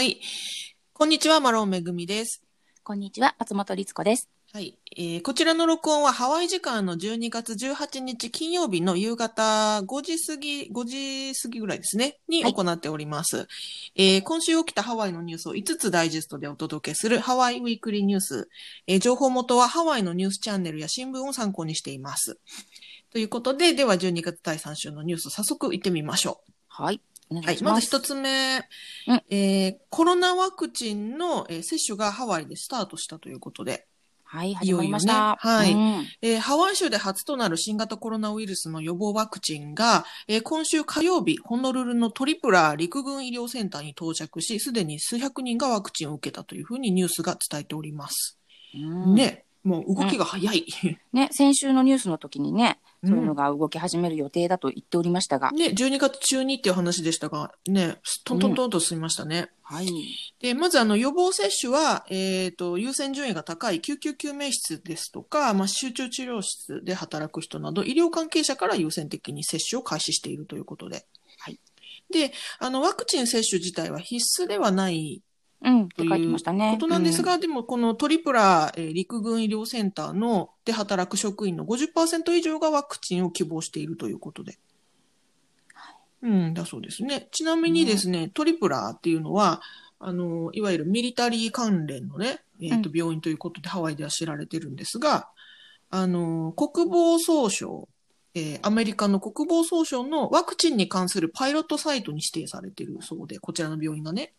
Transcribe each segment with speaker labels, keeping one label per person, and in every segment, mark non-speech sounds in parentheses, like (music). Speaker 1: はい。こんにちは、マロンめぐみです。
Speaker 2: こんにちは、松本律子です。
Speaker 1: はい。えーこちらの録音はハワイ時間の12月18日金曜日の夕方5時過ぎ、5時過ぎぐらいですね、に
Speaker 2: はい
Speaker 1: 行っております。えー今週起きたハワイのニュースを5つダイジェストでお届けするハワイウィークリーニュース。えー情報元はハワイのニュースチャンネルや新聞を参考にしています。ということで、では12月第3週のニュース早速行ってみましょう。
Speaker 2: はい。お願
Speaker 1: はいい、
Speaker 2: し
Speaker 1: ま
Speaker 2: ま
Speaker 1: ず
Speaker 2: す。
Speaker 1: 一つ目、
Speaker 2: うん
Speaker 1: えーコロナワクチンの、えー接種がハワイでスタートしたということで、
Speaker 2: はい、
Speaker 1: い
Speaker 2: 始
Speaker 1: よ
Speaker 2: ま
Speaker 1: いよね
Speaker 2: りました。
Speaker 1: はい
Speaker 2: うん
Speaker 1: えーハワイ州で初となる新型コロナウイルスの予防ワクチンが、えー今週火曜日、ホノルルのトリプラ陸軍医療センターに到着し、すでに数百人がワクチンを受けたというふうにニュースが伝えております。
Speaker 2: うんね
Speaker 1: ね、もう動きが早い。
Speaker 2: 先週のニュースの時にね、そ
Speaker 1: (laughs)
Speaker 2: ういうの
Speaker 1: ね、
Speaker 2: が動き始める予定だと言っておりましたが、
Speaker 1: 12月中にっていう話でしたが、ね、トントントンと進みましたね。
Speaker 2: はい。
Speaker 1: で、まずあの予防接種は、えっ、と、優先順位が高い救急救命室ですとか、まあ、集中治療室で働く人など、医療関係者から優先的に接種を開始しているということで。
Speaker 2: はい。
Speaker 1: で、あの、ワクチン接種自体は必須ではない
Speaker 2: うん、っ
Speaker 1: と
Speaker 2: て書いて
Speaker 1: いう
Speaker 2: ましたね。
Speaker 1: ことなんですが、でもこのトリプラ、えー陸軍医療センターので働く職員の50%以上がワクチンを希望しているということで。うんだそうですね。ちなみにですね、トリプラっていうのは、あの、いわゆるミリタリー関連のね、えーと病院ということでハワイでは知られてるんですが、あの、国防総省、えーアメリカの国防総省のワクチンに関するパイロットサイトに指定されているそうで、こちらの病院がね。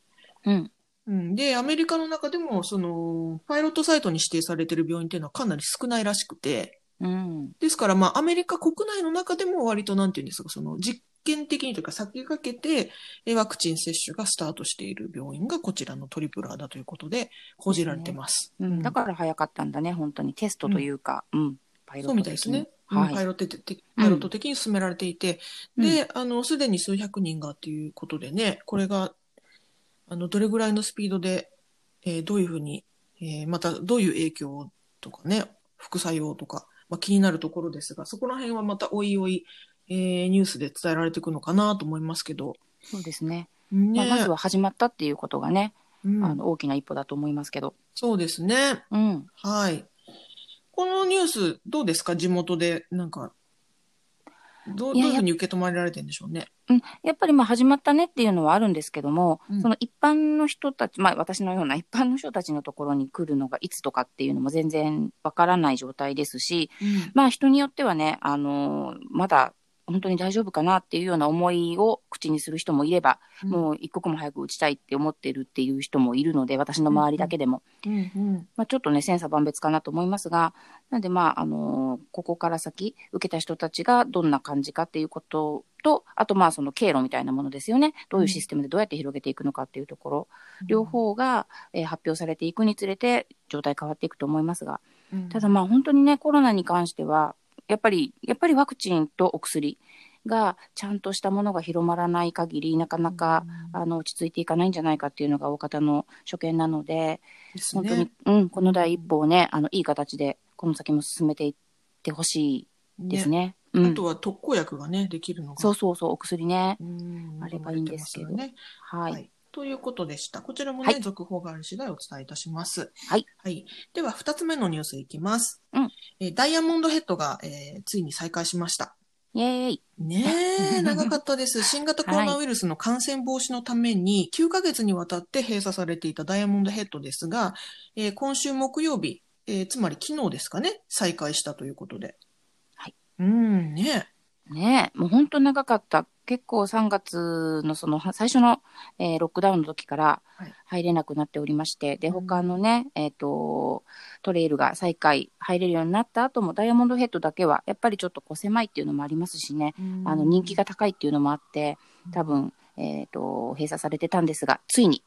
Speaker 2: うん。う
Speaker 1: う
Speaker 2: ん。
Speaker 1: ん、で、アメリカの中でも、その、パイロットサイトに指定されている病院っていうのはかなり少ないらしくて、
Speaker 2: うん。
Speaker 1: ですから、まあ、アメリカ国内の中でも割と、なんていうんですか、その、実験的にというか、先駆けて、えワクチン接種がスタートしている病院がこちらのトリプラーだということで、報じられてます。
Speaker 2: うん、だから早かったんだね、本当に。テストというか、うん。パイ
Speaker 1: そうみたいですね。うん
Speaker 2: はい
Speaker 1: パイロット的パイロット的に進められていて、
Speaker 2: うん
Speaker 1: で、あの、すでに数百人がっていうことでね、これが、あの、どれぐらいのスピードで、えーどういうふうに、えーまたどういう影響とかね、副作用とか、まあ、気になるところですが、そこら辺はまたおいおい、えーニュースで伝えられていくのかなと思いますけど、
Speaker 2: そうですね。まあ
Speaker 1: ね、
Speaker 2: まずは始まったっていうことがね、
Speaker 1: うん
Speaker 2: あの大きな一歩だと思いますけど。
Speaker 1: そうですね。
Speaker 2: うん。
Speaker 1: はい。このニュース、どうですか地元で、なんか、どう
Speaker 2: いや
Speaker 1: どういうふうに受け止まられてるんでしょうね。
Speaker 2: うん、やっぱりまあ始まったねっていうのはあるんですけども、
Speaker 1: うん
Speaker 2: その一般の人たち、まあ、私のような一 (laughs) 般の人たちのところに来るのがいつとかっていうのも全然わからない状態ですし、まあ、人によってはね、あのーまだ本当に大丈夫かなっていうような思いを口にする人もいれば、もう一刻も早く打ちたいって思ってるっていう人もいるので私の周りだけでも、
Speaker 1: うん、うん、
Speaker 2: まあ、ちょっとね千差万別かなと思いますがなんでまあ、あのーここから先受けた人たちがどんな感じかっていうこととあとまあその経路みたいなものですよねどういうシステムでどうやって広げていくのかっていうところ、両、方が、えー発表されていくにつれて状態変わっていくと思いますがただ、まあ本当にねコロナに関してはやっぱりやっぱりワクチンとお薬がちゃんとしたものが広まらない限りなかなか、、あの落ち着いていかないんじゃないかっていうのが大方の所見なので、
Speaker 1: です
Speaker 2: 本当に、
Speaker 1: ね。
Speaker 2: うん、この第一歩をね、あの、いい形で、この先も進めていってほしいです
Speaker 1: ね。
Speaker 2: ね。う
Speaker 1: あ
Speaker 2: ん
Speaker 1: と。は特効薬がね、できるのが。
Speaker 2: そうそうそう、お薬ね。
Speaker 1: うん
Speaker 2: あればいいんですけど
Speaker 1: 望まれてますよね
Speaker 2: はい。
Speaker 1: はいということでした。こちらもね、
Speaker 2: はい
Speaker 1: 続報があり次第お伝えいたします。
Speaker 2: はい。
Speaker 1: では、二つ目のニュースいきます。
Speaker 2: うん
Speaker 1: えーダイヤモンドヘッドが、えーついに再開しました。
Speaker 2: イエーイ。
Speaker 1: ね
Speaker 2: (laughs)
Speaker 1: え、長かったです。新型コロナウイルスの感染防止のために、9ヶ月にわたって閉鎖されていたダイヤモンドヘッドですが、えー今週木曜日、えーつまり昨日ですかね、再開したということで。
Speaker 2: はい。
Speaker 1: うん、ね
Speaker 2: ねえもう本当長かった。結構3月のその、は最初の、えーロックダウンの時から
Speaker 1: はい
Speaker 2: 入れなくなっておりまして、で、
Speaker 1: うん
Speaker 2: 他のね、えっ、と、トレイルが再開、入れるようになった後も、ダイヤモンドヘッドだけは、やっぱりちょっとこう狭いっていうのもありますしね、
Speaker 1: え
Speaker 2: あの人気が高いっていうのもあって
Speaker 1: うん、
Speaker 2: 多分、えっ、と、閉鎖されてたんですが、ついに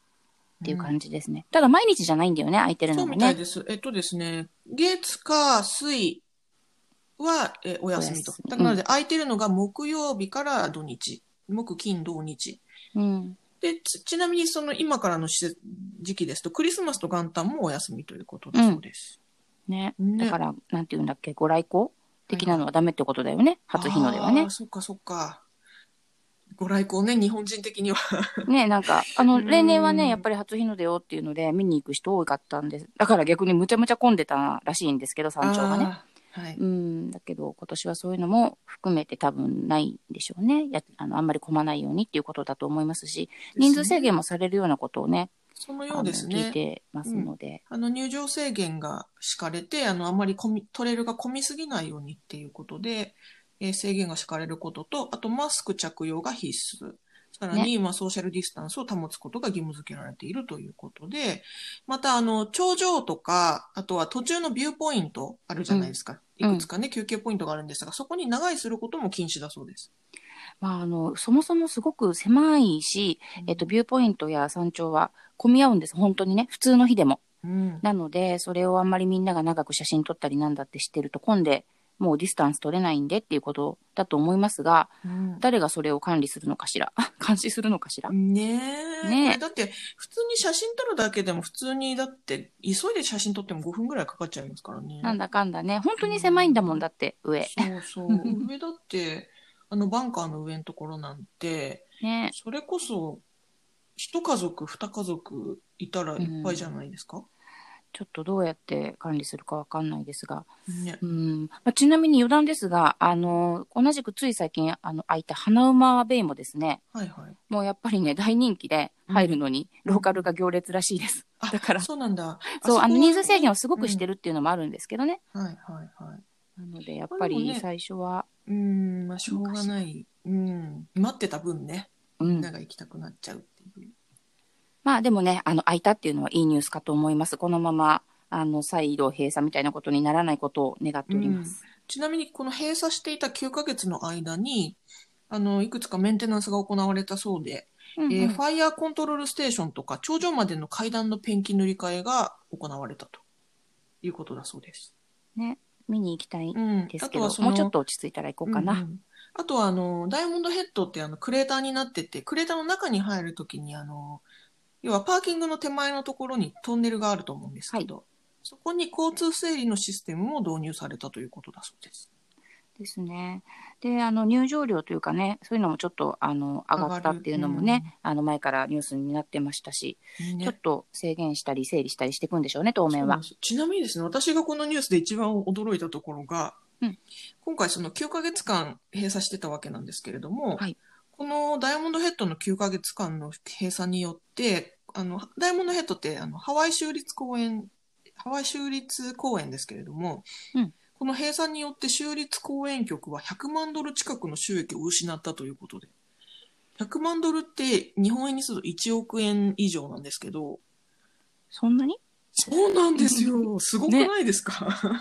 Speaker 2: っていう感じですね。ただ、毎日じゃないんだよね、空いてる
Speaker 1: そう
Speaker 2: のが
Speaker 1: みたい
Speaker 2: ね。
Speaker 1: です。えっとですね、月、火、水は、えーお休みと
Speaker 2: お休。み
Speaker 1: だからなので、空いてるのが木曜日から土日。木、金、土、日。
Speaker 2: うん。
Speaker 1: で、ち、ちなみにその今からの季節時期ですと、クリスマスと元旦もお休みということだそうです。
Speaker 2: ね。
Speaker 1: ね
Speaker 2: だから、なんていうんだっけ、ご来光的なのはダメってことだよね、初日の出は
Speaker 1: あ
Speaker 2: ね
Speaker 1: ー。そっかそっか。ご来光ね、日本人的には。
Speaker 2: ね、なんか、あの、
Speaker 1: うん
Speaker 2: 例年はね、やっぱり初日の出よっていうので、見に行く人多かったんです。だから逆にむちゃむちゃ混んでたらしいんですけど、山頂がね。
Speaker 1: あーはい。
Speaker 2: うん、だけど、今年はそういうのも含めて多分ないんでしょうね。やあのあんまり混まないようにっていうことだと思いますし、人数制限もされるようなことをね、
Speaker 1: そのよう
Speaker 2: あの
Speaker 1: です
Speaker 2: 聞い
Speaker 1: ね。
Speaker 2: てますので。
Speaker 1: あの、入場制限が敷かれて、あの、あまり混み、トレイルが混みすぎないようにっていうことで、えー制限が敷かれることと、あとマスク着用が必須。さらに、まあ、ソーシャルディスタンスを保つことが義務付けられているということで、また、あの、頂上とか、あとは途中のビューポイントあるじゃないですか。
Speaker 2: うん
Speaker 1: いくつかね、休憩ポイントがあるんですが、そこに長居することも禁止だそうです。
Speaker 2: まあ、あの、そもそもすごく狭いし、えっと、ビューポイントや山頂は混み合うんです。本当にね、普通の日でも。
Speaker 1: うん、
Speaker 2: なので、それをあんまりみんなが長く写真撮ったりなんだってしてると混んで、もうディスタンス取れないんでっていうことだと思いますが、
Speaker 1: うん
Speaker 2: 誰がそれを管理するのかしら (laughs) 監視するのかしら
Speaker 1: ねえ。
Speaker 2: ねえ
Speaker 1: これだって、普通に写真撮るだけでも、普通に、だって、急いで写真撮っても5分ぐらいかかっちゃいますからね。
Speaker 2: なんだかんだね、本当に狭いんだもんだって、上。
Speaker 1: そう
Speaker 2: (laughs)
Speaker 1: そう。上だって、あの、バンカーの上のところなんて、
Speaker 2: ね。
Speaker 1: それこそ、一家族、二家族いたらいっぱいじゃないですか。
Speaker 2: ちょっとどうやって管理するかわかんないですが。
Speaker 1: ね。
Speaker 2: うん。まあ、ちなみに余談ですが、あの、同じくつい最近、あの、開いた花馬ベイもですね、
Speaker 1: はいはい。
Speaker 2: もうやっぱりね、大人気で入るのに、ローカルが行列らしいです。
Speaker 1: あ
Speaker 2: だから
Speaker 1: そうなんだ。
Speaker 2: (laughs) そう、あの、人数制限
Speaker 1: は。
Speaker 2: をすごくしてるっていうのもあるんですけどね。
Speaker 1: はいはいはい。
Speaker 2: なので、やっぱり最初は、
Speaker 1: うん、まあ、しょうがない。うん。待ってた分ね、
Speaker 2: う
Speaker 1: みん
Speaker 2: ん
Speaker 1: な。が行きたくなっちゃうっていう。
Speaker 2: まあでもね、あの、空いたっていうのはいいニュースかと思います。このまま、あの、再度閉鎖みたいなことにならないことを願っております。
Speaker 1: ちなみに、この閉鎖していた9ヶ月の間に、あの、いくつかメンテナンスが行われたそうで、
Speaker 2: うんうん
Speaker 1: えーファイヤーコントロールステーションとか、頂上までの階段のペンキ塗り替えが行われたということだそうです。
Speaker 2: 見に行きたい
Speaker 1: うん。
Speaker 2: です
Speaker 1: あ
Speaker 2: け
Speaker 1: と
Speaker 2: ど、
Speaker 1: はその、
Speaker 2: もうちょっと落ち着いたら行こうか
Speaker 1: うんう
Speaker 2: な。
Speaker 1: んあとは、あの、ダイヤモンドヘッドってあの、クレーターになってて、クレーターの中に入るときに、あの、要はパーキングの手前のところにトンネルがあると思うんですけど、そこに交通整理のシステムも導入されたということだそうです。
Speaker 2: ですね。で、あの、入場料というかね、そういうのもちょっと、あの、上がったっていうのも
Speaker 1: 上が
Speaker 2: ね、あの、前からニュースになってましたし、
Speaker 1: ね
Speaker 2: ちょっと制限したり整理したりしていくんでしょうね、当面
Speaker 1: そうなん
Speaker 2: は
Speaker 1: で。すちなみにですね、私がこのニュースで一番驚いたところが、
Speaker 2: うん
Speaker 1: 今回その9ヶ月間閉鎖してたわけなんですけれども、
Speaker 2: はい
Speaker 1: このダイヤモンドヘッドの9ヶ月間の閉鎖によって、あの、ダイヤモンドヘッドってあのハワイ州立公園、ハワイ州立公園ですけれども、
Speaker 2: うん
Speaker 1: この閉鎖によって州立公園局は100万ドル近くの収益を失ったということで、100万ドルって日本円にすると1億円以上なんですけど、
Speaker 2: そんなに
Speaker 1: そうなんですよ。すごくないですか、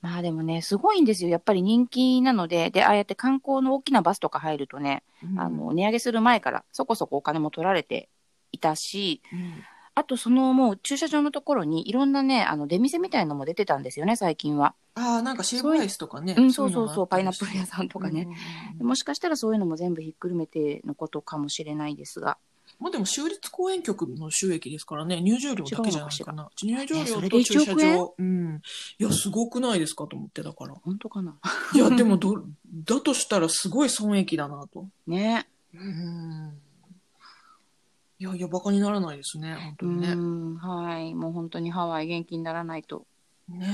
Speaker 2: まあでもね、すごいんですよ。やっぱり人気なので、で、ああやって観光の大きなバスとか入るとね、
Speaker 1: うん
Speaker 2: あの、値上げする前からそこそこお金も取られていたし、
Speaker 1: うん
Speaker 2: あとそのもう駐車場のところにいろんなね、あの出店みたいのも出てたんですよね、最近は。
Speaker 1: ああ、なんかシェーブアイスとかね。
Speaker 2: うん、そうそう
Speaker 1: い
Speaker 2: そ
Speaker 1: の
Speaker 2: う、
Speaker 1: が
Speaker 2: パ
Speaker 1: あ
Speaker 2: イナ
Speaker 1: っ
Speaker 2: ッ
Speaker 1: た
Speaker 2: プ
Speaker 1: り
Speaker 2: ル屋さんとか
Speaker 1: して
Speaker 2: ね。。
Speaker 1: うん
Speaker 2: もしかしたらそういうのも全部ひっくるめてのことかもしれないですが、
Speaker 1: まあでも、州立公園局の収益ですからね、入場料だけじゃないかな。入場
Speaker 2: えそ
Speaker 1: 料
Speaker 2: れ
Speaker 1: と
Speaker 2: で
Speaker 1: 駐車
Speaker 2: 1億円
Speaker 1: 場。うん。いや、すごくないですかと思って、だ
Speaker 2: (laughs)
Speaker 1: から。
Speaker 2: 本当かない
Speaker 1: や、でもど、だとしたらすごい損益だなと。
Speaker 2: ね。
Speaker 1: うん。いやいや、バカにならないですね、本
Speaker 2: う
Speaker 1: 当にね。
Speaker 2: ん、はい。もう本当にハワイ元気にならないと。
Speaker 1: ね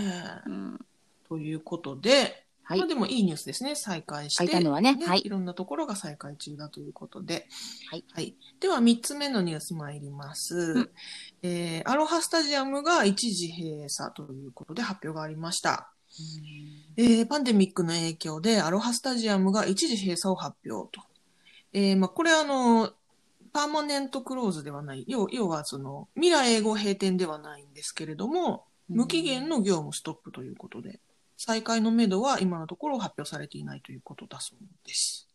Speaker 1: え
Speaker 2: うん、
Speaker 1: ということで、
Speaker 2: はい
Speaker 1: まあでもいいニュースですね。再開して。
Speaker 2: 開いたのはね
Speaker 1: ね
Speaker 2: はい
Speaker 1: いろんなところが再開中だということで。
Speaker 2: はい。
Speaker 1: では、3つ目のニュース参ります。
Speaker 2: ん
Speaker 1: えーアロハスタジアムが一時閉鎖ということで発表がありました。えーパンデミックの影響で、アロハスタジアムが一時閉鎖を発表と。えーまあ、これあの、パーマネントクローズではない、要要はその、未来英語閉店ではないんですけれども、無期限の業務ストップということで、再開のめどは今のところ発表されていないということだそうです。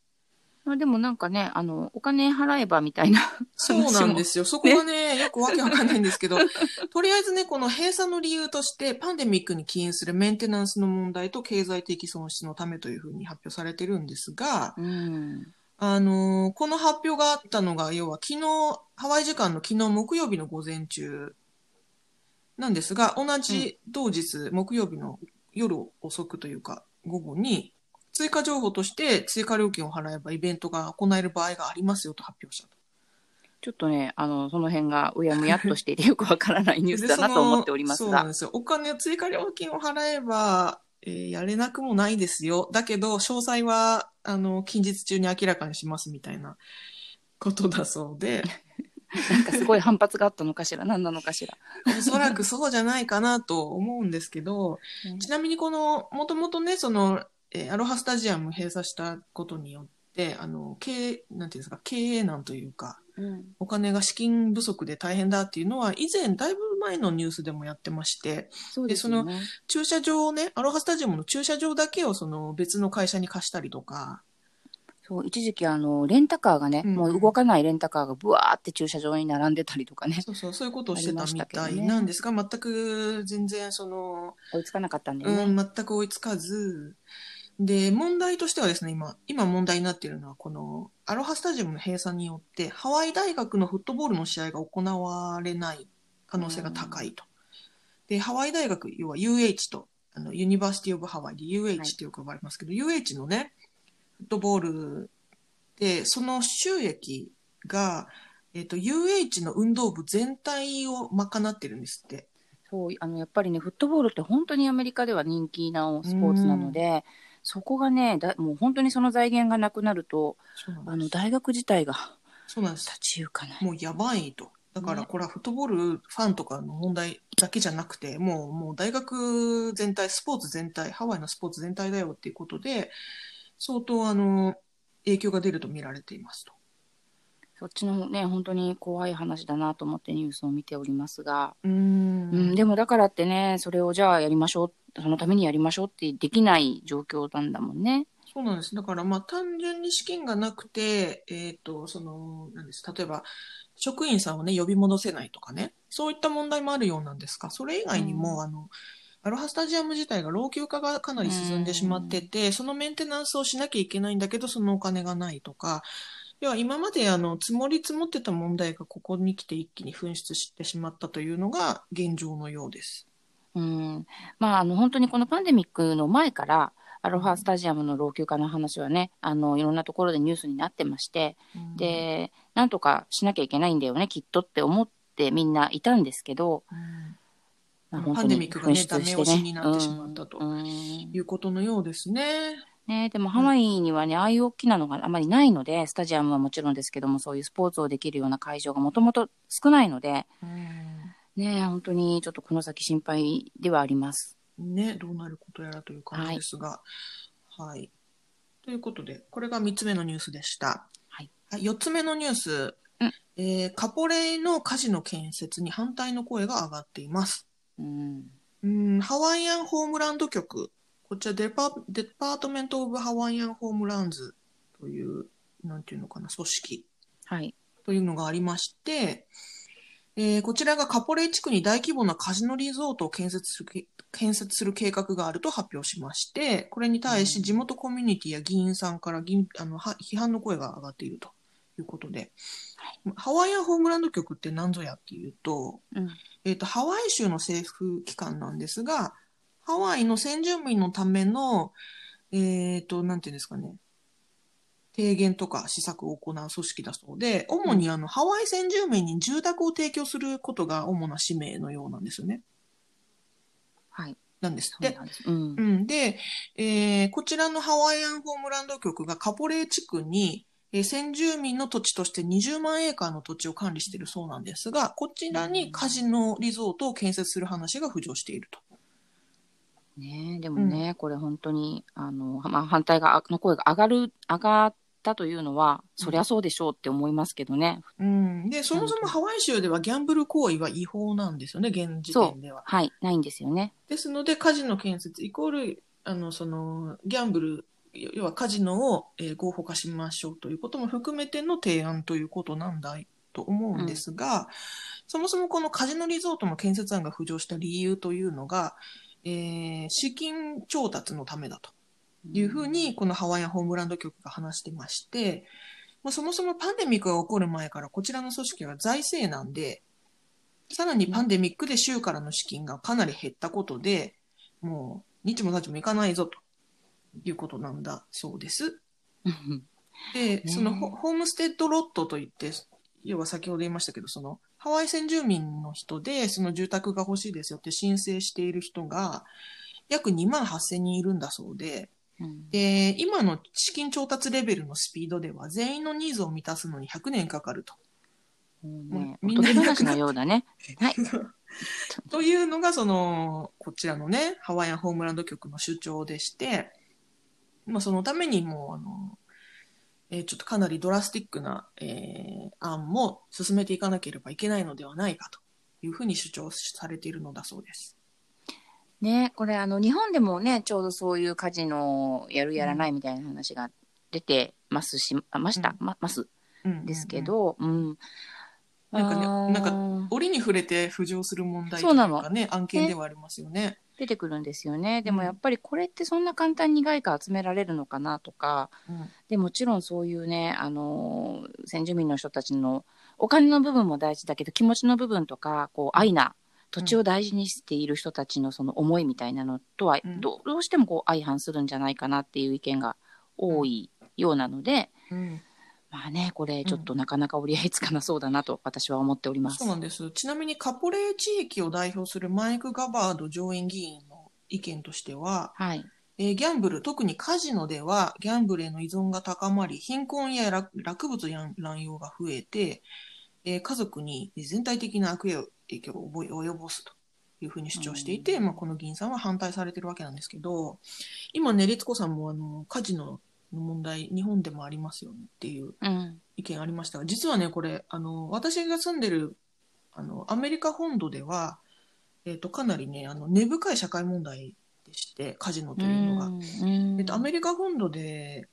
Speaker 2: まあでもなんかね、あの、お金払えばみたいな。
Speaker 1: そうなんですよ。そこがね、よくわけわかんないんですけど、 (laughs) とりあえずね、この閉鎖の理由として、パンデミックに起因するメンテナンスの問題と経済的損失のためというふうに発表されてるんですが、
Speaker 2: うん。
Speaker 1: あのーこの発表があったのが、要は昨日、ハワイ時間の昨日木曜日の午前中なんですが、同じ同日木曜日の夜遅くというか、午後に、追加情報として追加料金を払えばイベントが行える場合がありますよと発表したと。
Speaker 2: ちょっとね、あの、その辺がうやむやっとしていてよくわからないニュースだなと思っておりま
Speaker 1: でそ
Speaker 2: す
Speaker 1: のそうなん
Speaker 2: が。
Speaker 1: ですよ。お金、追加料金を払えば、えーやれなくもないですよ。だけど、詳細は、あの、近日中に明らかにしますみたいなことだそうで、
Speaker 2: なんかすごい反発があったのかしら、何なのかしら。
Speaker 1: おそらくそうじゃないかなと思うんですけど、
Speaker 2: ね
Speaker 1: ちなみにこの、もともとね、その、えーアロハスタジアム閉鎖したことによって、あの、経営、なんていうんですか、経営難というか、
Speaker 2: うん。
Speaker 1: お金が資金不足で大変だっていうのは、以前、だいぶ前のニュースでもやってまして、
Speaker 2: そうですよね。
Speaker 1: 駐車場をね、アロハスタジアムの駐車場だけをその別の会社に貸したりとか、
Speaker 2: そう、一時期あの、レンタカーがね、
Speaker 1: うん
Speaker 2: もう動かないレンタカーがブワーって駐車場に並んでたりとかね、
Speaker 1: そうそう、そういうことをしてたみたいなんですが、全く全然その、
Speaker 2: 追いつかなかったんだよね。
Speaker 1: うん、全く追いつかず、で、問題としてはですね、今、今問題になっているのは、この、アロハスタジアムの閉鎖によって、ハワイ大学のフットボールの試合が行われない可能性が高いと。で、ハワイ大学、要は UH と、あの、ユニバーシティオブハワイで
Speaker 2: はい
Speaker 1: UH ってよく呼ばれますけど、UH のね、フットボールで、その収益が、えっ、と、UH の運動部全体を賄ってるんですって。
Speaker 2: そうあのやっぱりねフットボールって本当にアメリカでは人気なスポーツなので、そこがねだもう本当にその財源がなくなると
Speaker 1: そうな
Speaker 2: あ
Speaker 1: んで
Speaker 2: の
Speaker 1: す。
Speaker 2: 大学自体が
Speaker 1: そうなんです
Speaker 2: 立ち行かない。
Speaker 1: もうやばいと。だから
Speaker 2: ね
Speaker 1: これはフットボールファンとかの問題だけじゃなくて、もうもう大学全体、スポーツ全体、ハワイのスポーツ全体だよっていうことで、相当あの、影響が出ると見られていますと。
Speaker 2: そっちのね本当に怖い話だなと思ってニュースを見ておりますが、
Speaker 1: うー
Speaker 2: うん
Speaker 1: ん。
Speaker 2: でもだからってねそれをじゃあやりましょうそのためにやりましょうってできない状況なんだもんね。
Speaker 1: そうなんです。だからまあ単純に資金がなくて、えっ、と、その、なんです。例えば、職員さんをね、呼び戻せないとかね、そういった問題もあるようなんですが、それ以外にも、
Speaker 2: うん
Speaker 1: あの、アロハスタジアム自体が老朽化がかなり進んでしまってて、そのメンテナンスをしなきゃいけないんだけど、そのお金がないとか、要は今まであの、積もり積もってた問題がここに来て一気に噴出してしまったというのが現状のようです。
Speaker 2: うんまあ、あの本当にこのパンデミックの前からアロハスタジアムの老朽化の話はねあのいろんなところでニュースになってまして、で、なんとかしなきゃいけないんだよね、きっとって思ってみんないたんですけど、
Speaker 1: うん、
Speaker 2: まあ
Speaker 1: パンデミックがね
Speaker 2: 本当に
Speaker 1: ダメ押しになってしまったと
Speaker 2: うんうん
Speaker 1: いうことのようですね。
Speaker 2: ね、でもハワイにはね、ああいう大きなのがあまりないので、スタジアムはもちろんですけども、そういうスポーツをできるような会場がもともと少ないので、ね、本当にちょっとこの先心配ではあります。
Speaker 1: ね、どうなることやらという感じですが。はい。ということで、これが3つ目のニュースでした。
Speaker 2: はい。
Speaker 1: 4つ目のニュース。
Speaker 2: うん
Speaker 1: えーカポレイのカジノ建設に反対の声が上がっています。
Speaker 2: うん、
Speaker 1: うん、ハワイアンホームランド局。こちらデパ、デパートメント・オブ・ハワイアン・ホームランズという、なんていうのかな、組織
Speaker 2: はい。
Speaker 1: というのがありまして、えーこちらがカポレイ地区に大規模なカジノリゾートを建設するけ建設する計画があると発表しまして、これに対
Speaker 2: う
Speaker 1: し
Speaker 2: ん
Speaker 1: 地元コミュニティや議員さんから議員あのは批判の声が上がっているということで、ハワイアンホームランド局って何ぞやっていうと、
Speaker 2: うん
Speaker 1: えっとハワイ州の政府機関なんですが、ハワイの先住民のための、えっと、なんていうんですかね、提言とか施策を行う組織だそうで、主にあの、ハワイ先住民に住宅を提供することが主な使命のようなんですよね。
Speaker 2: はい。
Speaker 1: なんですっ
Speaker 2: そう
Speaker 1: て。
Speaker 2: なんです。うん
Speaker 1: う。ん、で、えーこちらのハワイアンホームランド局がカポレー地区に、えー先住民の土地として20万エーカーの土地を管理しているそうなんですが、こちらにカジノリゾートを建設する話が浮上していると。
Speaker 2: ねえでもね、これ本当にあの、まあ、反対がの声が上がる上がったというのは、そりゃそうでしょうって思いますけどね、
Speaker 1: うん、で、そもそもハワイ州ではギャンブル行為は違法なんですよね、現時点では。
Speaker 2: はいないんですよね。
Speaker 1: ですので、カジノ建設イコール、あの、その、ギャンブル、要要はカジノを、えー合法化しましょうということも含めての提案ということなんだと思うんですが、そもそもこのカジノリゾートの建設案が浮上した理由というのが、えー資金調達のためだというふうに、このハワイアンホームランド局が話してまして、まあ、そもそもパンデミックが起こる前からこちらの組織は財政難で、さらにパンデミックで州からの資金がかなり減ったことで、もう、日も立ちもいかないぞと。いうことなんだそうです。
Speaker 2: うん
Speaker 1: で、
Speaker 2: ね
Speaker 1: そのホホームステッドロットといって、要は先ほど言いましたけど、そのハワイ先住民の人で、その住宅が欲しいですよって申請している人が、約2万8000人いるんだそうで、
Speaker 2: うん
Speaker 1: で、今の資金調達レベルのスピードでは、全員のニーズを満たすのに100年かかると。
Speaker 2: もうね、
Speaker 1: みん
Speaker 2: おと
Speaker 1: な
Speaker 2: ぎ話のようだね。
Speaker 1: というのが、その、こちらのね、ハワイアンホームランド局の主張でして、まあ、そのためにもう、あの、えーちょっとかなりドラスティックな、えー案も進めていかなければいけないのではないかというふうに主張されているのだそうです。
Speaker 2: ね、これあの日本でもね、ちょうどそういうカジノをやるやらないみたいな話が出てますし、あました、まます
Speaker 1: うんうんうん
Speaker 2: ですけ。ど、うん。
Speaker 1: なんかね
Speaker 2: あー
Speaker 1: なん折に触れて浮上する問題と
Speaker 2: そう
Speaker 1: い
Speaker 2: な
Speaker 1: う
Speaker 2: の
Speaker 1: かね、案件ではありますよね。
Speaker 2: 出てくるんですよね。で
Speaker 1: う
Speaker 2: も
Speaker 1: ん
Speaker 2: やっぱりこれってそんな簡単に外貨集められるのかなとか、
Speaker 1: うん
Speaker 2: でもちろんそういうね、あのー先住民の人たちのお金の部分も大事だけど気持ちの部分とかこう愛な土地を大事にしている人たちのその思いみたいなのとは
Speaker 1: うん
Speaker 2: ど,、うどうしてもこう相反するんじゃないかなっていう意見が多いようなので、
Speaker 1: うん
Speaker 2: まあねこれちょっとなかなか折り合いつかなそうだなと私は思っております。
Speaker 1: そうなんです。ちなみにカポレー地域を代表するマイク・ガバード上院議員の意見としては、
Speaker 2: はい、
Speaker 1: えーギャンブル、特にカジノでは、ギャンブルへの依存が高まり、貧困やら薬物や乱用が増えて、えー家族に全体的な悪影響を及ぼ及ぼすというふうに主張していて、まあ、この議員さんは反対されてるわけなんですけど、今ね、律子さんもあのカジノの問題、日本でもありますよねっていう
Speaker 2: うん
Speaker 1: 意見ありましたが、実はね、これ、あの私が住んでるあのアメリカ本土では、えー、とかなりねあの、根深い社会問題でして、カジノというのが。
Speaker 2: うん
Speaker 1: えっと、アメリカ本土で、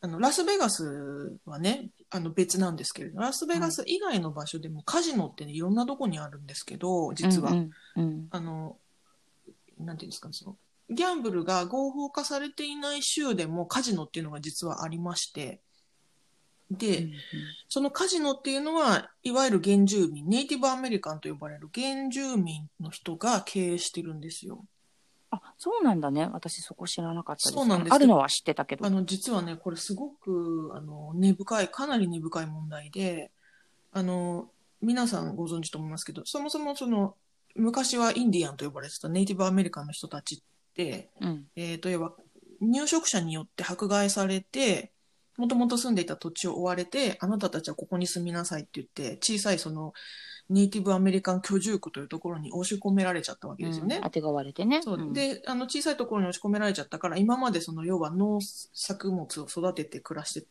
Speaker 1: あの、ラスベガスはね、あの別なんですけれど、ラスベガス以外の場所でもカジノってね、いろんなとこにあるんですけど、実は、
Speaker 2: うんうん
Speaker 1: あの、なんていうんですかね、その、ギャンブルが合法化されていない州でもカジノっていうのが実はありまして、
Speaker 2: う
Speaker 1: で、
Speaker 2: ん
Speaker 1: そのカジノっていうのは、いわゆる原住民、ネイティブアメリカンと呼ばれる原住民の人が経営してるんですよ。
Speaker 2: あそうなんだね私そこ知らなかったです
Speaker 1: そうなんですよ
Speaker 2: あるのは知ってたけど
Speaker 1: あ。の、実はね、これすごく、あの、根深い、かなり根深い問題で、あの、皆さんご存知と思いますけど、そもそもその、昔はインディアンと呼ばれてたネイティブアメリカンの人たちって、
Speaker 2: うん
Speaker 1: えーと、要は、入植者によって迫害されて、もともと住んでいた土地を追われて、あなたたちはここに住みなさいって言って、小さいその、ネイティブアメリカン居住区というところに押し込められちゃったわけですよね。
Speaker 2: うんあてがわれてね。
Speaker 1: そう
Speaker 2: うん
Speaker 1: であの小さいところに押し込められちゃったから今までその要は農作物を育てて暮らしてた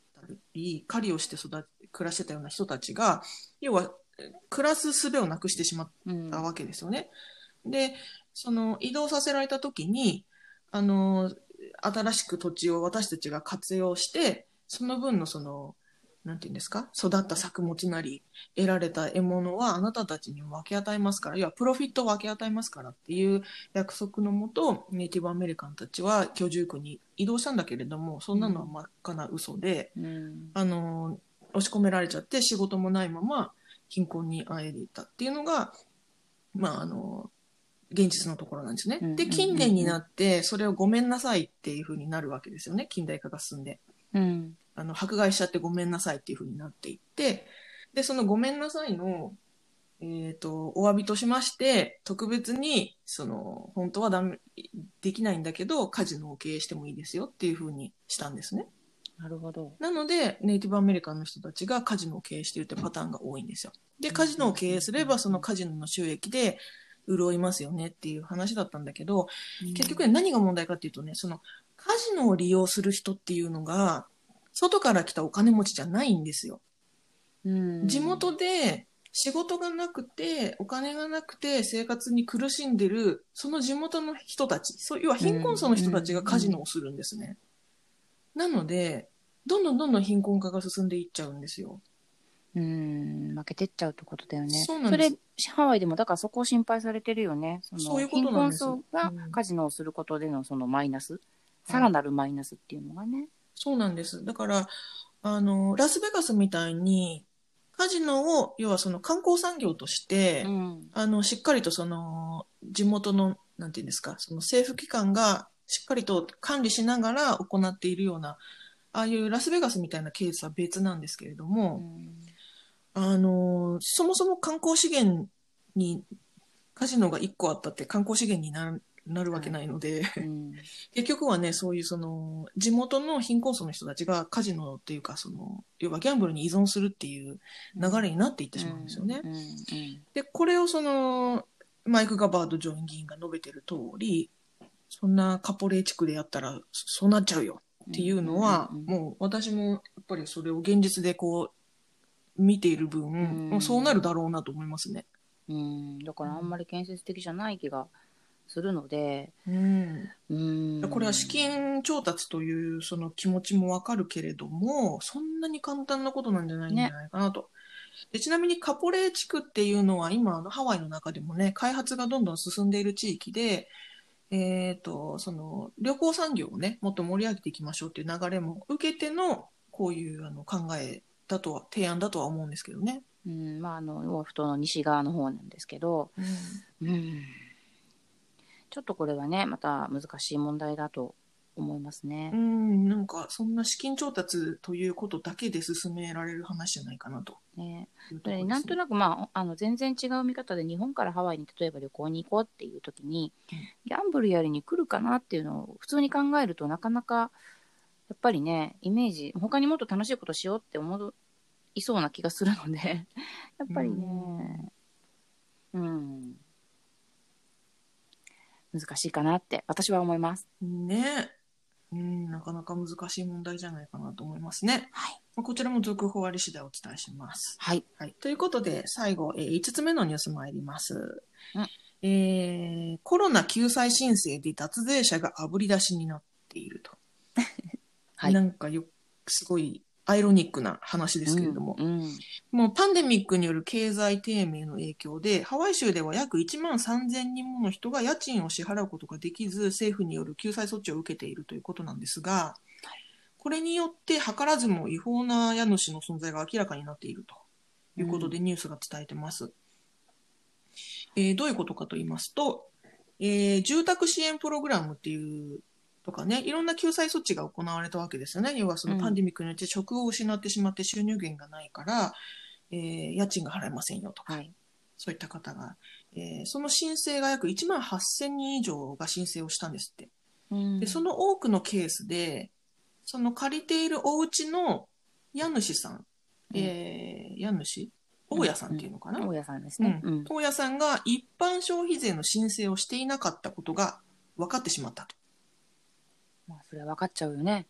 Speaker 1: り狩りをして育て暮らしてたような人たちが要はえ暮らす術をなくしてしまっ
Speaker 2: うん
Speaker 1: たわけですよね。でその移動させられた時にあの新しく土地を私たちが活用してその分のそのなんていうんですか育った作物なり得られた獲物はあなたたちに分け与えますから要はプロフィットを分け与えますからっていう約束のもとネイティブアメリカンたちは居住区に移動したんだけれどもそんなのは真っ赤な嘘で。
Speaker 2: うん
Speaker 1: あの、押し込められちゃって仕事もないまま貧困にあえいでいたっていうのが、まあ、あの、現実のところなんですね
Speaker 2: うんうんう。ん
Speaker 1: で、近年になって、それをごめんなさいっていうふうになるわけですよね。近代化が進んで。
Speaker 2: うん
Speaker 1: あの、迫害しちゃってごめんなさいっていうふうになっていって、で、そのごめんなさいの、えっ、と、お詫びとしまして、特別に、その、本当はダメ、できないんだけど、カジノを経営してもいいですよっていうふうにしたんですね。
Speaker 2: なるほど。
Speaker 1: なので、ネイティブアメリカンの人たちがカジノを経営しているってパターンが多いんですよ。で、カジノを経営すれば、そのカジノの収益で潤いますよねっていう話だったんだけど、結局ね何が問題かっていうとね、そのカジノを利用する人っていうのが、外から来たお金持ちじゃないんですよ。
Speaker 2: うん、
Speaker 1: 地元で仕事がなくて、お金がなくて生活に苦しんでる、その地元の人たち、そう要は貧困層の人たちがカジノをするんですね。なので、どんどんどんどん貧困化が進んでいっちゃうんですよ。
Speaker 2: うん、負けてっちゃうってことだよね。
Speaker 1: そうなんです
Speaker 2: それハワイでもだからそこを心配されてるよね。その
Speaker 1: そういうことなんです
Speaker 2: 貧困層
Speaker 1: う
Speaker 2: が
Speaker 1: ん
Speaker 2: カジノをすることでのそのマイナス、さらなるマイナスっていうのがね。
Speaker 1: そうなんです。だから、あの、ラスベガスみたいに、カジノを、要はその観光産業として、
Speaker 2: うん。
Speaker 1: あの、しっかりとその、地元の、なんていうんですか、その政府機関がしっかりと管理しながら行っているような、ああいうラスベガスみたいなケースは別なんですけれども、あの、そもそも観光資源に、カジノが1個あったって観光資源にななるわけないので、
Speaker 2: うん
Speaker 1: 結局はね、そういうその、地元の貧困層の人たちがカジノっていうか、その、要はギャンブルに依存するっていう流れになっていってしまうんですよね。
Speaker 2: うんうん
Speaker 1: で、これをその、マイク・ガバード上院議員が述べてる通り、そんなカポレー地区でやったら、そそうなっちゃうよっていうのは、
Speaker 2: うん
Speaker 1: もう私もやっぱりそれを現実でこう、見ている分、
Speaker 2: ん
Speaker 1: もうそうなるだろうなと思いますね。
Speaker 2: うん、だからあんまり建設的じゃない気がするので、
Speaker 1: うん。
Speaker 2: うん、
Speaker 1: これは資金調達というその気持ちもわかるけれども、そんなに簡単なことなんじゃないんじゃないかなと。でちなみにカポレー地区っていうのは今、あのハワイの中でもね、開発がどんどん進んでいる地域で、えっ、と、その旅行産業をね、もっと盛り上げていきましょうっていう流れも受けての、こういうあの考えだとは、提案だとは思うんですけどね。
Speaker 2: うん、まああのオアフ島の西側の方なんですけど、うん、ちょっとこれはねまた難しい問題だと思いますね
Speaker 1: う。ん、なんかそんな資金調達ということだけで進められる話じゃないかなと
Speaker 2: ね
Speaker 1: いうところですね
Speaker 2: でなんとなく、まあ、あの全然違う見方で日本からハワイに例えば旅行に行こうっていう時に
Speaker 1: うん
Speaker 2: ギャンブルやりに来るかなっていうのを普通に考えるとなかなかやっぱりねイメージ他にもっと楽しいことしようって思いそうな気がするのでやっぱりねうん難しいかなって私は思います。
Speaker 1: ねうん、なかなか難しい問題じゃないかなと思いますね。
Speaker 2: はい
Speaker 1: まあこちらも続報あり次第お伝えします。
Speaker 2: はい
Speaker 1: はい。ということで、最後、え5つ目のニュース参ります。
Speaker 2: うん
Speaker 1: えーコロナ救済申請で脱税者があぶり出しになっていると。
Speaker 2: (laughs) はい
Speaker 1: なんかよ、すごいアイロニックな話ですけれども、
Speaker 2: うんうん
Speaker 1: もうパンデミックによる経済低迷の影響で、ハワイ州では約1万3000人もの人が家賃を支払うことができず、政府による救済措置を受けているということなんですが、これによって図らずも違法な家主の存在が明らかになっているということでニュースが伝えてます。えーどういうことかと言いますと、えー住宅支援プログラムっていうとかね、いろんな救済措置が行われたわけですよね。要はそのパンデミックによって職を失ってしまって収入源がないから、えー家賃が払えませんよとか、
Speaker 2: はい
Speaker 1: そういった方が、えーその申請が約1万8000人以上が申請をしたんですって。で、その多くのケースで、その借りているお家の家主さん、えー家主大家さんっていうのかな、
Speaker 2: 大家さんですね。
Speaker 1: う
Speaker 2: うん
Speaker 1: 大家さんが一般消費税の申請をしていなかったことが分かってしまったと。
Speaker 2: まあ、それは分かっちゃうよね。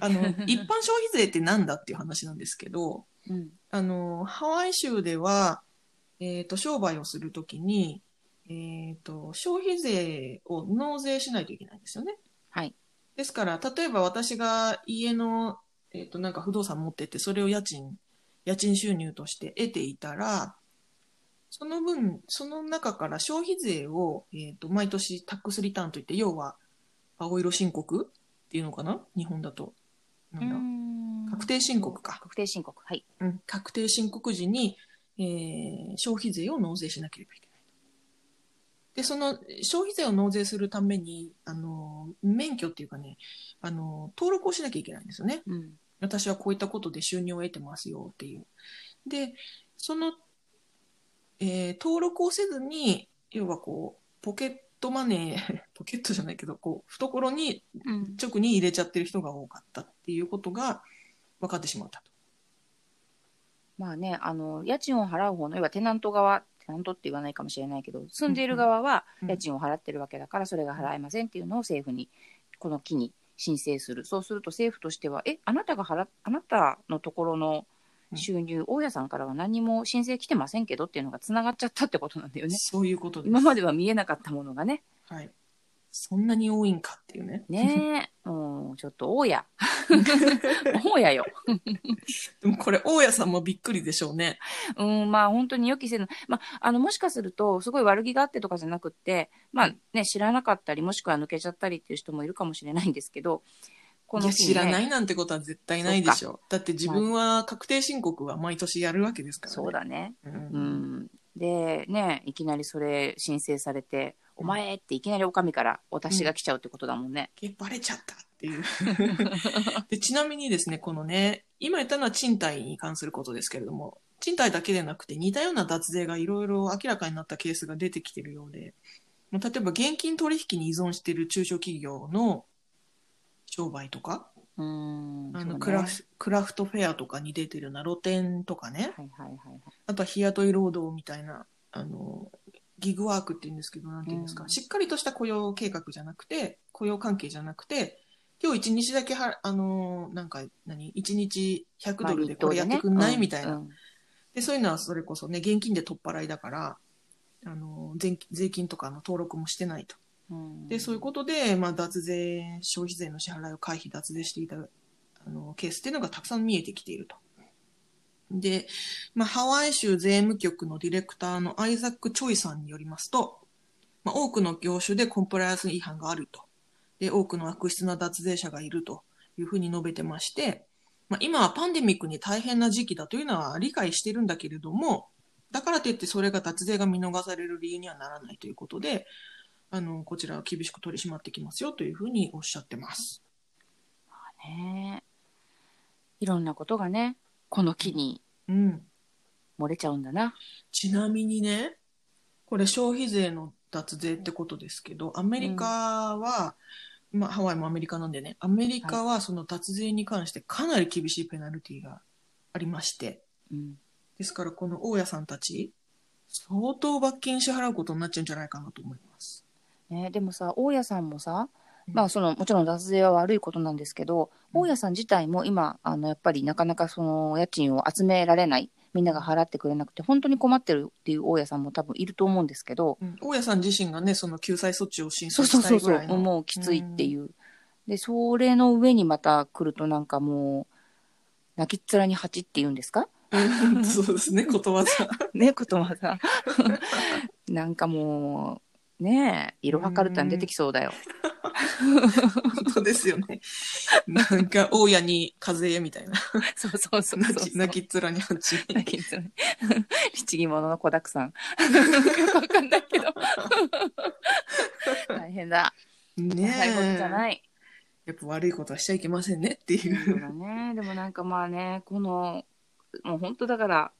Speaker 1: あ
Speaker 2: (laughs)
Speaker 1: の、一般消費税ってなんだっていう話なんですけど、
Speaker 2: うん
Speaker 1: あの、ハワイ州では、えっ、と、商売をするときに、えっ、と、消費税を納税しないといけないんですよね。
Speaker 2: はい。
Speaker 1: ですから、例えば私が家の、えっ、と、なんか不動産持ってて、それを家賃、家賃収入として得ていたら、その分、その中から消費税を、えっ、と、毎年タックスリターンといって、要は、青色申告っていうのかな日本だと。なんだ、確定申告か
Speaker 2: 確定申告。はい。
Speaker 1: うん、確定申告時に、えー消費税を納税しなければいけない。で、その消費税を納税するために、あの、免許っていうかね、あの、登録をしなきゃいけないんですよね。
Speaker 2: うん。
Speaker 1: 私はこういったことで収入を得てますよっていう。で、その、えー登録をせずに、要はこう、ポケットマネー、 (laughs) ポケットじゃないけど、こう、懐に
Speaker 2: うん。
Speaker 1: 直に入れちゃってる人が多かったっていうことが分かってしまったと。
Speaker 2: まあね、あの、家賃を払う方の、要はテナント側、テナントって言わないかもしれないけど、住んでいる側は
Speaker 1: うんうん
Speaker 2: 家賃を払ってるわけだから、それが払えませんっていうのを政府に、この機に申請する。そうすると政府としては、え、あなたが払っ、あなたのところの収入、大家さんからは何も申請来てませんけどっていうのが繋がっちゃったってことなんだよね。
Speaker 1: そういうことです。
Speaker 2: 今までは見えなかったものがね。
Speaker 1: はい。そんなに多いんかっていうね。
Speaker 2: ねえ、もうちょっと大家。大家よ。
Speaker 1: (laughs) でもこれ、大家さんもびっくりでしょうね。
Speaker 2: うん、まあ本当に予期せぬ。まあ、あの、もしかすると、すごい悪気があってとかじゃなくって、まあね、知らなかったり、もしくは抜けちゃったりっていう人もいるかもしれないんですけど、こ
Speaker 1: いや、
Speaker 2: 機
Speaker 1: 知
Speaker 2: にね
Speaker 1: らないなんてことは絶対ないでしょう。だって自分は確定申告は毎年やるわけですからね。
Speaker 2: そうだね。
Speaker 1: う。
Speaker 2: うんん。で、ね、いきなりそれ申請されて、お前っていきなりおかみからお達しが来ちゃうってことだもんね。
Speaker 1: えバレちゃったっていう (laughs) で。ちなみにですね、このね、今言ったのは賃貸に関することですけれども、賃貸だけでなくて似たような脱税がいろいろ明らかになったケースが出てきてるようで、もう例えば現金取引に依存している中小企業の商売とか、
Speaker 2: うーん。
Speaker 1: あ
Speaker 2: そう
Speaker 1: の
Speaker 2: ね
Speaker 1: クラフクラフトフェアとかに出てるような露店とかね、
Speaker 2: はいはいはいはい。
Speaker 1: あとは日雇い労働みたいな、あの、ギグワークって言うんですけど、なんて言うんですか、
Speaker 2: うん
Speaker 1: しっかりとした雇用計画じゃなくて、雇用関係じゃなくて、今日一日だけは、あの、なんか、何、一日100ドルでこれやってくんない、みたいな、
Speaker 2: うんうん
Speaker 1: で、そういうのはそれこそね、現金で取っ払いだから、あの、税税金とかの登録もしてないと。
Speaker 2: うん
Speaker 1: で、そういうことで、まあ、脱税、消費税の支払いを回避、脱税していたあのケースっていうのがたくさん見えてきていると。で、まあ、ハワイ州税務局のディレクターのアイザック・チョイさんによりますと、まあ、多くの業種でコンプライアンス違反があると。で、多くの悪質な脱税者がいるというふうに述べてまして、まあ、今はパンデミックに大変な時期だというのは理解してるんだけれども、だからといってそれが脱税が見逃される理由にはならないということで、あの、こちらは厳しく取り締まってきますよというふうにおっしゃってます。
Speaker 2: ねえいろんなことがね、この木に
Speaker 1: うん。
Speaker 2: 漏れちゃうんだな。
Speaker 1: ちなみにね、これ消費税の脱税ってことですけど、アメリカは、まあハワイもアメリカなんでね、アメリカはその脱税に関してかなり厳しいペナルティがありまして、
Speaker 2: うん。
Speaker 1: ですからこの大家さんたち、相当罰金支払うことになっちゃうんじゃないかなと思います。
Speaker 2: ねえ、でもさ、大家さんもさ、
Speaker 1: うん
Speaker 2: まあその、もちろん脱税は悪いことなんですけど、
Speaker 1: うん
Speaker 2: 大家さん自体も今、あの、やっぱりなかなかその、家賃を集められない。みんなが払ってくれなくて、本当に困ってるっていう大家さんも多分いると思うんですけど、
Speaker 1: うん大家さん自身がね、その救済措置を申
Speaker 2: そう
Speaker 1: 請
Speaker 2: そ
Speaker 1: し
Speaker 2: う
Speaker 1: た
Speaker 2: そ
Speaker 1: いうぐ
Speaker 2: そ、
Speaker 1: らいうの。
Speaker 2: もうきついっていう。で、それの上にまた来るとなんかもう、泣きっ面に蜂って言うんですか
Speaker 1: うん (laughs) そうですね、ことわざ。
Speaker 2: (laughs) ね、ことわざ。 (laughs) なんかもう、ねえ、いろはかるたに出てきそうだよ。
Speaker 1: 本当ですよね。なんか、大家に風邪みたいな。
Speaker 2: (laughs) そう (laughs) そう (laughs) そうそう
Speaker 1: 泣き泣きっ面に蜂。
Speaker 2: 泣きっ (laughs) 面。律儀者の子だ
Speaker 1: (laughs)
Speaker 2: くさん。よくわかんないけど。大変だ。
Speaker 1: ね
Speaker 2: 最後じゃ
Speaker 1: え。
Speaker 2: ない。
Speaker 1: やっぱ悪いことはしちゃいけませんねってい
Speaker 2: そう
Speaker 1: う。
Speaker 2: だね。でもなんかまあね、この、もう本当だから、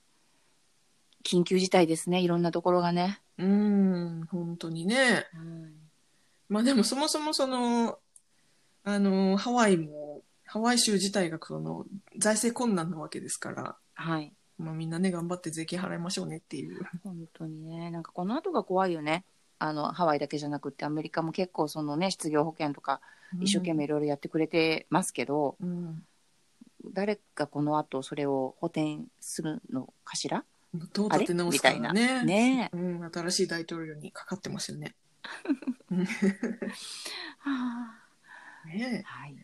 Speaker 2: 緊急事態ですね。いろんなところがね。
Speaker 1: うん、本当にね。まあでもそもそもその、あの、ハワイも、ハワイ州自体がその財政困難なわけですから、
Speaker 2: はい。
Speaker 1: まあみんなね、頑張って税金払いましょうねっていう。
Speaker 2: 本当にね、なんかこの後が怖いよね。あの、ハワイだけじゃなくって、アメリカも結構そのね、失業保険とか、一生懸命いろいろやってくれてますけど、
Speaker 1: うん。
Speaker 2: 誰がこの後それを補填するのかしら
Speaker 1: どう立て直すかがね。
Speaker 2: ねえ。
Speaker 1: うん、新しい大統領にかかってますよね。
Speaker 2: は
Speaker 1: ねえ
Speaker 2: あはい。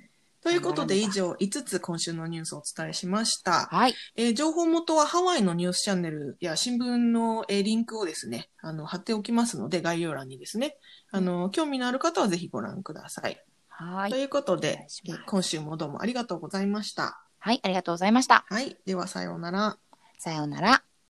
Speaker 1: ということで以上5つ今週のニュースをお伝えしました。
Speaker 2: はい。
Speaker 1: えー情報元はハワイのニュースチャンネルや新聞の、えーリンクをですね、あの、貼っておきますので概要欄にですね、あの、興味のある方はぜひご覧ください。
Speaker 2: は
Speaker 1: と
Speaker 2: い。
Speaker 1: いうこと
Speaker 2: お願
Speaker 1: で
Speaker 2: いし、
Speaker 1: え
Speaker 2: ます
Speaker 1: ー今週もどうもありがとうございました。
Speaker 2: はい。ありがとうございました。
Speaker 1: はい。ではさようなら。
Speaker 2: さようなら。